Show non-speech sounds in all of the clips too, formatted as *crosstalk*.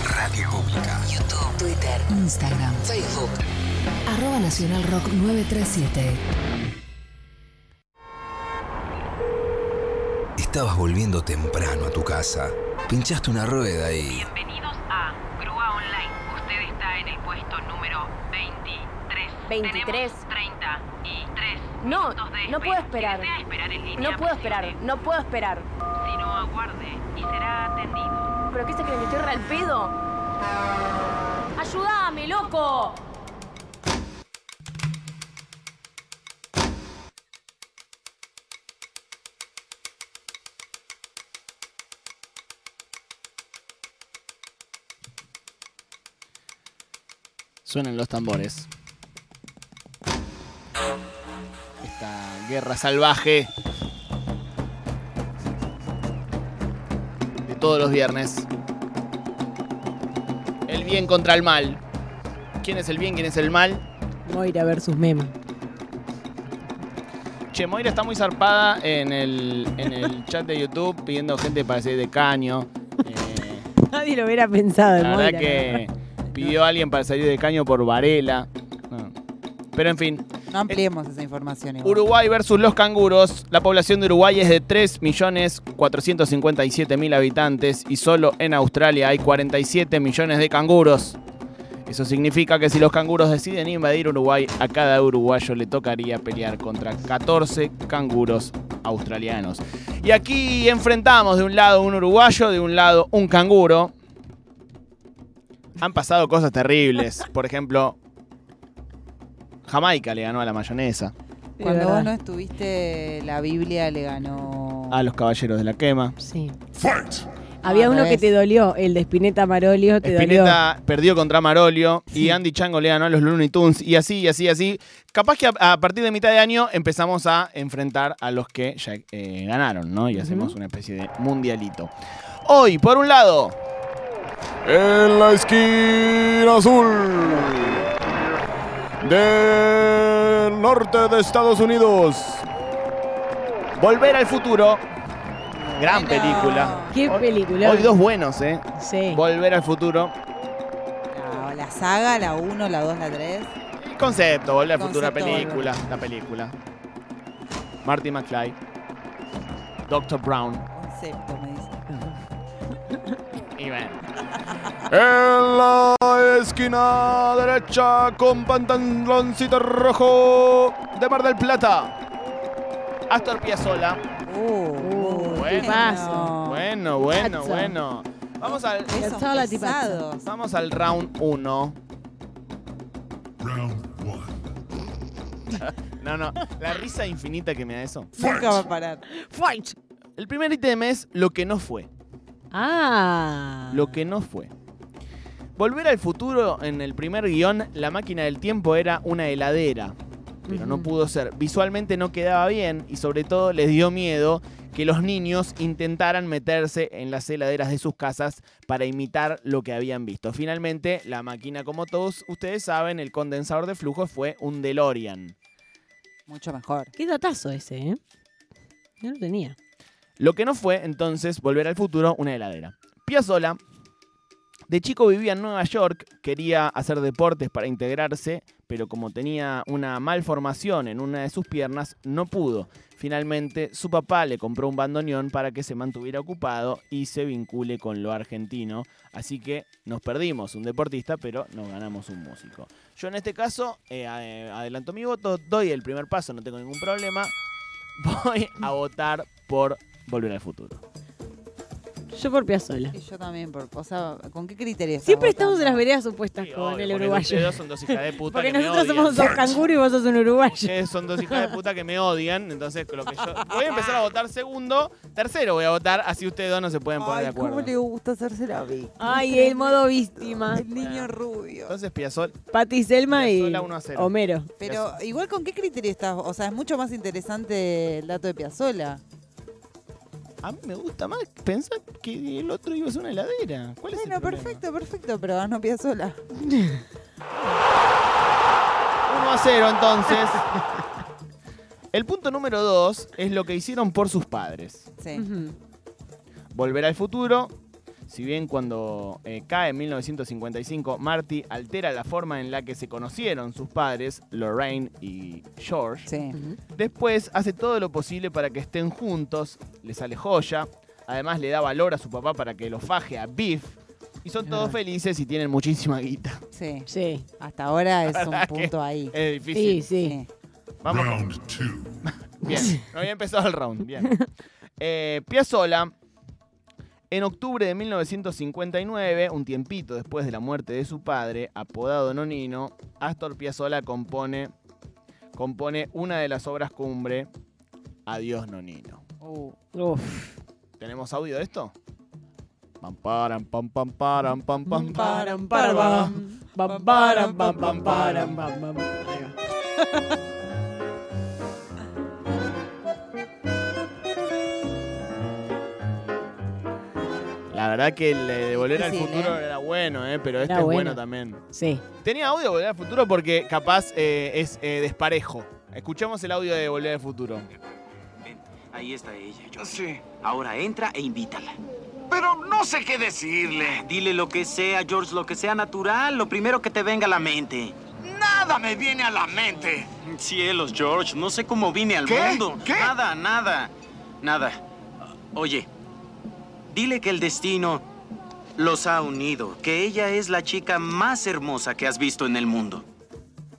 Radio Pública. YouTube, Twitter, Instagram, Facebook. Arroba Nacional Rock 937. Estabas volviendo temprano a tu casa. Pinchaste una rueda y. Bienvenidos a Grúa Online. Usted está en el puesto número 23. 23. Tenemos 33 No, minutos de no espera. puedo esperar. Si desea esperar en línea, No puedo esperar, presione. no puedo esperar. Si no, aguarde y será atendido. ¿Pero qué se cree? ¿Me estoy re al pedo? ¡Ayúdame, loco! Suenan los tambores. Esta guerra salvaje. De todos los viernes. El bien contra el mal. ¿Quién es el bien? ¿Quién es el mal? Moira versus Mema. Che, Moira está muy zarpada en el, en el chat de YouTube pidiendo gente para ser de caño. Eh, *laughs* Nadie lo hubiera pensado de La *laughs* Moira. verdad que pidió a alguien para salir de caño por Varela. No. Pero en fin, No ampliemos esa información. igual. Uruguay versus los canguros. La población de Uruguay es de 3.457.000 habitantes y solo en Australia hay 47 millones de canguros. Eso significa que si los canguros deciden invadir Uruguay, a cada uruguayo le tocaría pelear contra 14 canguros australianos. Y aquí enfrentamos de un lado un uruguayo, de un lado un canguro. Han pasado cosas terribles. Por ejemplo, Jamaica le ganó a la mayonesa. Sí, Cuando verdad. vos no estuviste, la Biblia le ganó. a los caballeros de la quema. Sí. Había Al uno que revés. te dolió, el de Spinetta Marolio, te dolió. Espineta perdió contra Marolio y Andy Chango le ganó a los Looney Tunes y así, y así, y así. Capaz que a, a partir de mitad de año empezamos a enfrentar a los que ya eh, ganaron, ¿no? Y hacemos una especie de mundialito. Hoy, por un lado, en la esquina azul del norte de Estados Unidos, Volver al Futuro, gran Bueno. película. Qué Hoy- película. Hoy dos buenos, ¿eh? Sí. Volver al futuro. Ah, La, la saga, la 1, la 2, la 3. El concepto, volver al El futuro, la concepto, película. La película. Marty McFly. Dr. Brown. Concepto, me dice. Y bueno. En la esquina derecha con pantaloncito rojo de Mar del Plata. Astor Piazzolla. Uh, uh, bueno. qué Tipazo. Bueno, bueno, Piazzolla. bueno. Vamos al, Besos Piazzolla, pesados. vamos al round 1. *laughs* No, no, la risa infinita que me da eso. Nunca va a parar. Fight. El primer ítem es lo que no fue. Ah. Lo que no fue. Volver al futuro, en el primer guión, la máquina del tiempo era una heladera. Pero no Ujú. pudo ser. Visualmente no quedaba bien y sobre todo les dio miedo que los niños intentaran meterse en las heladeras de sus casas para imitar lo que habían visto. Finalmente, la máquina, como todos ustedes saben, el condensador de flujos fue un DeLorean. Mucho mejor. Qué datazo ese, ¿eh? No lo tenía. Lo que no fue, entonces, volver al futuro, una heladera. Piazzolla, de chico vivía en Nueva York, quería hacer deportes para integrarse, pero como tenía una malformación en una de sus piernas, no pudo. Finalmente, su papá le compró un bandoneón para que se mantuviera ocupado y se vincule con lo argentino. Así que nos perdimos un deportista, pero nos ganamos un músico. Yo en este caso eh, a- eh, adelanto mi voto, doy el primer paso, no tengo ningún problema. Voy a votar por Volver al Futuro. Yo por Piazzola. Y yo también, por, o sea, ¿con qué criterio? estás Siempre estamos en votando? las veredas opuestas Sí, con obvio, el porque uruguayo. ustedes dos son dos hijas de puta *laughs* Porque que me nosotros somos odian. dos canguros y vos sos un uruguayo. Ustedes son dos hijas de puta que me odian, entonces lo que yo voy a empezar a Ah. votar segundo, tercero voy a votar, así ustedes dos no se pueden poner de Ay, acuerdo. ¿cómo le gusta hacerse la víctima? Ay, el *laughs* modo víctima. El niño rubio. Entonces Piazol, Pati Selma y Piazzolla 1 a 0. Homero. Pero igual, ¿con qué criterio estás? O sea, es mucho más interesante el dato de Piazzola. a mí me gusta más pensar que el otro iba a ser una heladera. ¿Cuál es el Bueno, problema? perfecto, perfecto, pero ganó Piazzola. 1 a 0 entonces. El punto número 2 es lo que hicieron por sus padres. Sí. Ujú. Volver al futuro. Si bien cuando eh, cae en 1955, Marty altera la forma en la que se conocieron sus padres, Lorraine y George, Sí. Después hace todo lo posible para que estén juntos, le sale joya, además le da valor a su papá para que lo faje a Biff, y son todos Ah. felices y tienen muchísima guita. *laughs* Sí. Sí, Hasta ahora es un verdad que- punto ahí. Es difícil. sí, sí. Sí. Vamos. Round two. *laughs* Bien, no había empezado el round. *laughs* Bien. Eh, Piazzolla, en octubre de 1959, un tiempito después de la muerte de su padre, apodado Nonino, Astor Piazzolla compone, compone una de las obras cumbre, Adiós Nonino. Uh, Uf. ¿Tenemos audio de esto? Pam, param, pam, pam, param, pam, pam, pam. Param, param, pam, param, pam, pam, param, pam, pam. Ahí va. La verdad que el de Volver al Difícil, Futuro era bueno, eh, pero este Era es bueno bueno. también. Sí. Tenía audio de Volver al Futuro porque capaz eh, es eh, desparejo. Escuchemos el audio de Volver al Futuro. Ahí está ella, yo. Sí. Ahora entra e invítala. Pero no sé qué decirle. Dile lo que sea, George, lo que sea natural, lo primero que te venga a la mente. Nada me viene a la mente. Cielos, George, no sé cómo vine al mundo. Nada, nada. Nada. Oye, dile que el destino los ha unido, que ella es la chica más hermosa que has visto en el mundo.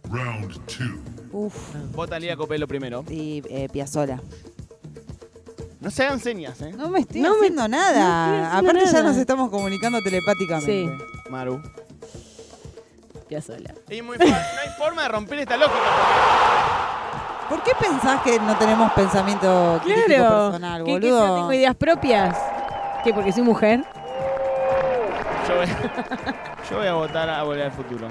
Round two. uf. Vota Lía Copelo primero. Y eh, Piazzola. No se hagan señas, ¿eh? No me estoy No me- haciendo nada. no estoy haciendo Aparte ya nada. nos estamos comunicando telepáticamente. Maru. Piazzolla. Y muy fa- *laughs* no hay forma de romper esta lógica. ¿Por qué pensás que no tenemos pensamiento crítico Claro. personal, ¿Qué- qué, no boludo? tengo ideas propias? ¿Qué? Porque soy mujer. Yo voy, *laughs* yo voy a votar a Volver al *laughs* Futuro.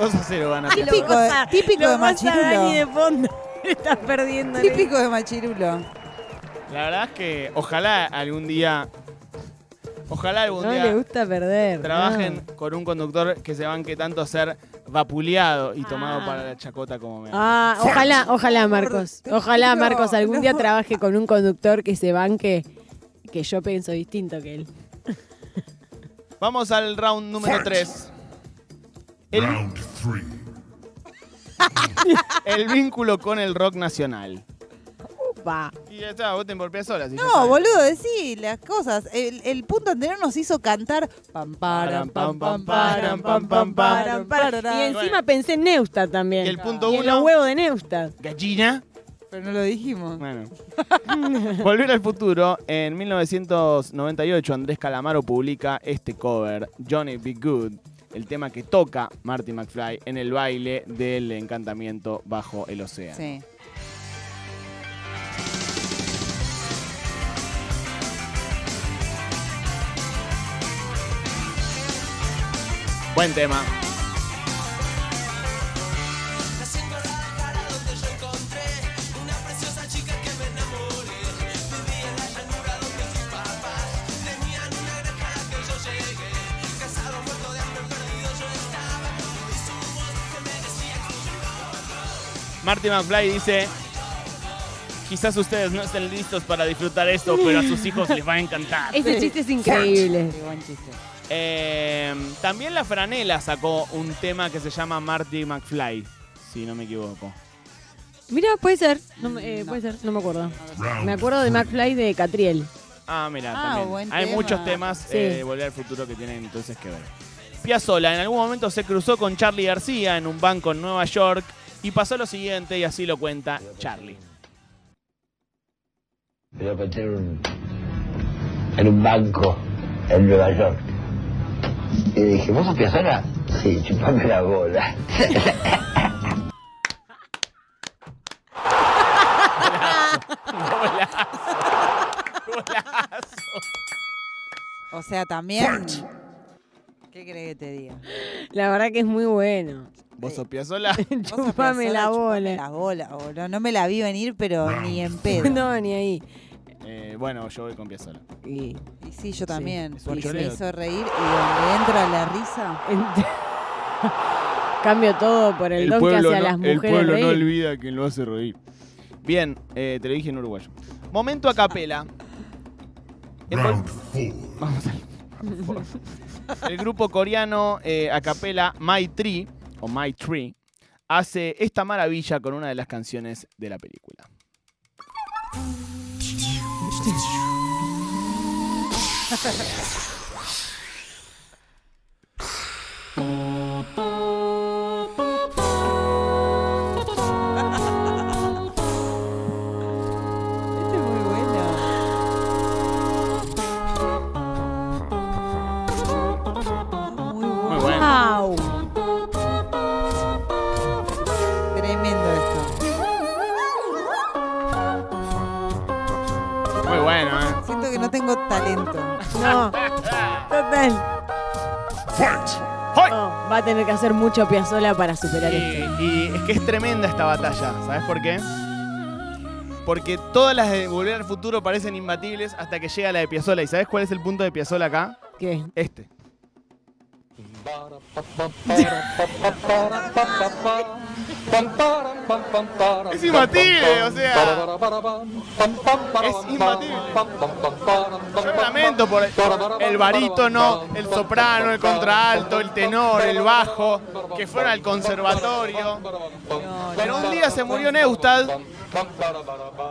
2 a 0 gana. Lo Típico de- vas a- típico lo de vas a Dani machirulo. de fondo. *laughs* Estás perdiendo. ¿eh? Típico de Machirulo. La verdad es que ojalá algún día. Ojalá algún No le día gusta perder. trabajen con un conductor que se banque tanto a ser vapuleado y tomado Ah. para la chacota como me. Ah, ojalá, ojalá, Marcos. te Ojalá, juro, Marcos, algún no. día trabaje con un conductor que se banque que yo pienso distinto que él. Vamos al round número 3. El, Round three. *laughs* el vínculo con el rock nacional. Va. Y ya está, voten por Piazzolla. si ya No, saben. boludo, decí las cosas. El, el punto anterior nos hizo cantar pam param, pam pam param, pam pam param, Y parará. encima pensé en Neusta también. Y el punto Y en los uno. huevos de Neusta. Gallina. Pero no lo dijimos. *laughs* Bueno. Volver al futuro. En 1998, Andrés Calamaro publica este cover, Johnny Be Good, el tema que toca Marty McFly en el baile del encantamiento bajo el océano. Sí. Buen tema. Marty McFly dice, quizás ustedes no estén listos para disfrutar esto, pero a sus hijos les va a encantar. Ese chiste es increíble. Qué buen chiste. Eh, también la franela sacó un tema que se llama Marty McFly, si no me equivoco. Mira, puede ser. No, me- eh, Puede ser, no me acuerdo. Round Me acuerdo de three. McFly de Catriel. Ah, mira, Ah, también. buen Hay tema. muchos temas Sí. eh, de Volver al Futuro que tienen entonces que ver. Piazzolla en algún momento se cruzó con Charlie García en un banco en Nueva York y pasó lo siguiente y así lo cuenta Charlie. Yo lo metí en un, en un banco en Nueva York. Y le dije, ¿vos sos Piazzolla? Sí, chupame la bola. O sea, también. ¿Qué crees que te diga? La verdad que es muy bueno. ¿Vos sos *laughs* Piazzolla? Vos sos Chupame Piazzolla, la chupame bola. La bola, boludo. No me la vi venir, pero ni en pedo. No, ni ahí. Eh, bueno, yo voy con Piazzolla. Y- Y sí, yo también. es un porque me choreo. hizo reír y donde entra la risa. Ent- *laughs* Cambio todo por el, don que hace a las mujeres. reír. olvida quien lo hace reír. Bien, eh, te lo dije en uruguayo. Momento a capela. El, Round gol- four. vamos al- el grupo coreano eh, a capela My Tree, o My Tree, hace esta maravilla con una de las canciones de la película. Este es muy bueno. Muy bueno. Muy bueno. ¡Au! Tremendo esto. Muy bueno, ¿eh? Siento que no tengo talento. No. Total. ¡Hoy! No, va a tener que hacer mucho piazola para superar esto. Y, y es que es tremenda esta batalla, ¿sabes por qué? Porque todas las de Volver al Futuro parecen imbatibles hasta que llega la de Piazzola. ¿Y sabes cuál es el punto de Piazzola acá? ¿Qué? Este. Es imbatible, o sea. Es imbatible. Yo lamento por el, el barítono, el soprano, el contralto, el tenor, el bajo, que fueron al conservatorio. Pero un día se murió Neustad.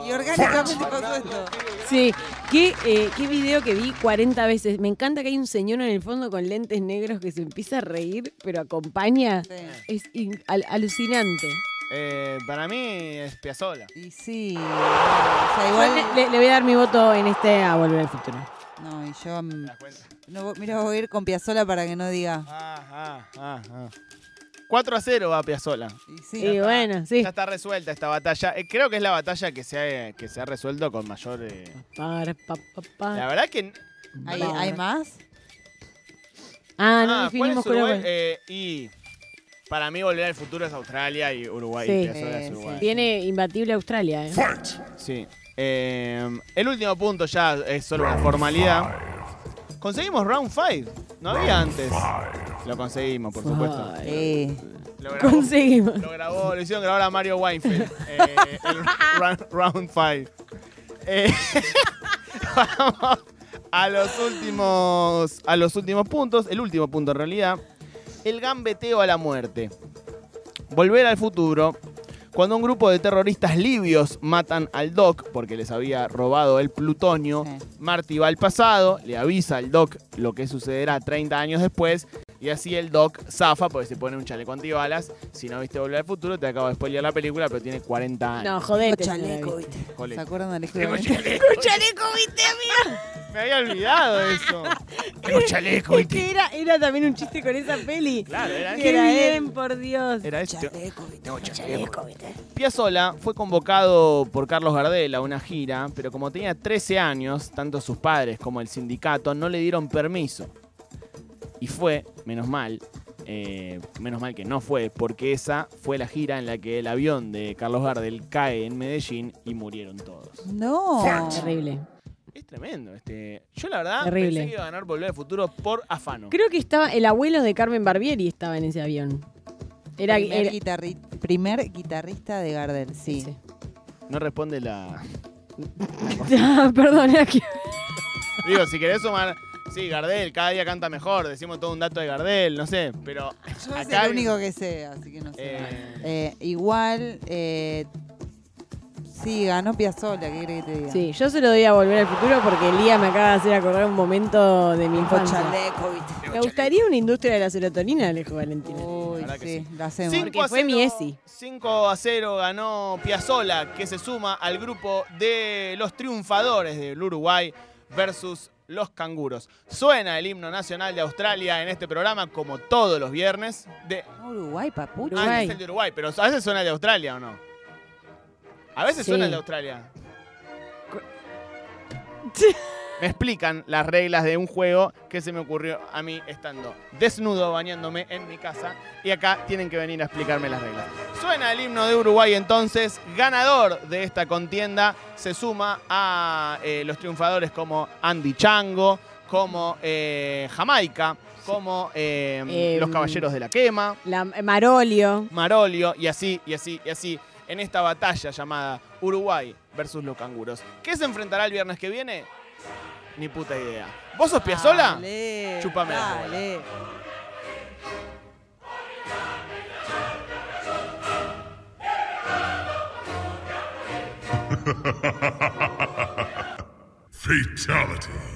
Y orgánicamente pasó esto. Sí, ¿Qué, eh, qué video que vi 40 veces. Me encanta que hay un señor en el fondo con lentes negros que se empieza a reír, pero acompaña. Sí. Es in- al- alucinante. Eh, para mí es Piazzola. Y sí. O sea, Yo igual. le, le voy a dar mi voto en este a Volver al Futuro. No, y yo. mm, No, vo- mira, voy a ir con Piazzola para que no diga. Ajá, ajá. 4 a 0 va Piazzola. Y Y sí. Eh, bueno, sí. Ya está resuelta esta batalla. Eh, creo que es la batalla que se ha, eh, que se ha resuelto con mayor. eh, Para, pa, pa, pa. La verdad que. ¿Hay, hay más? Ah, no Ah, ¿cuál es definimos cuál Uruguay? fue. Eh, y para mí volver al futuro es Australia y Uruguay. Sí. y Piazzolla es Eh, sí. Uruguay. Tiene imbatible Australia, ¿eh? Fight! Sí. Eh, el último punto ya es solo una formalidad. Conseguimos round 5. No había antes. Lo conseguimos, por supuesto. Ay, Sí. Lo grabó, eh, Conseguimos. lo grabó, lo hicieron grabar a Mario Weinfeld. eh, el round- round 5. *laughs* vamos a los últimos. A los últimos puntos. El último punto en realidad. El gambeteo a la muerte. Volver al futuro. Cuando un grupo de terroristas libios matan al Doc porque les había robado el plutonio, Sí. Marty va al pasado, le avisa al Doc lo que sucederá 30 años después, y así el Doc zafa porque se pone un chaleco antibalas. Si no viste Volver al Futuro, te acabo de spoilear la película, pero tiene 40 años. No, jodete. Chaleco, señora. ¿viste? Jole. ¿Se acuerdan del Tengo escudo? *laughs* chaleco. Me había olvidado de eso. Tengo chaleco, Es que era, era también un chiste con esa peli. Claro, era Qué era él. bien, por Dios. Era este. Tengo chaleco. Piazzolla fue convocado por Carlos Gardel a una gira, pero como tenía 13 años, tanto sus padres como el sindicato no le dieron permiso. Y fue, menos mal, eh, menos mal que no fue, porque esa fue la gira en la que el avión de Carlos Gardel cae en Medellín y murieron todos. No. Terrible. Es tremendo. Este, yo la verdad Terrible. pensé que iba a ganar Volver al Futuro por afano. Creo que estaba el abuelo de Carmen Barbieri estaba en ese avión. Era, primer, era- guitarri- primer guitarrista de Gardel, sí. ese. No responde la... Ah, *laughs* Perdón, era que- Digo, si querés sumar... Sí, Gardel, cada día canta mejor, decimos todo un dato de Gardel, no sé, pero... Yo es acá el vi- único que sé, así que no sé. Eh. Eh, igual, eh, sí, ganó Piazzolla, ¿qué crees que te diga? Sí, yo se lo doy a volver al futuro porque Lía me acaba de hacer acordar un momento de mi Con infancia. chaleco, ¿viste? Me gustaría una industria de la serotonina, Alejo Valentina. Uy, verdad que sí, la hacemos. Sí. Porque fue mi ESI. 5 a 0 ganó Piazzola, que se suma al grupo de los triunfadores del Uruguay versus los canguros. Suena el himno nacional de Australia en este programa, como todos los viernes. De... Uruguay, papucho. Ah, Uruguay. es el de Uruguay, pero a veces suena el de Australia o no. A veces Sí. suena el de Australia. *laughs* Me explican las reglas de un juego que se me ocurrió a mí estando desnudo bañándome en mi casa y acá tienen que venir a explicarme las reglas. Suena el himno de Uruguay entonces, ganador de esta contienda, se suma a eh, los triunfadores como Andy Chango, como eh, Jamaica, como eh, Em, los Caballeros de la Quema. La, eh, Marolio. Marolio y así, y así, y así, en esta batalla llamada Uruguay versus los canguros. ¿Qué se enfrentará el viernes que viene? Ni puta idea. ¿Vos sos Piazzola? Dale, Chúpame la Dale. Fatality.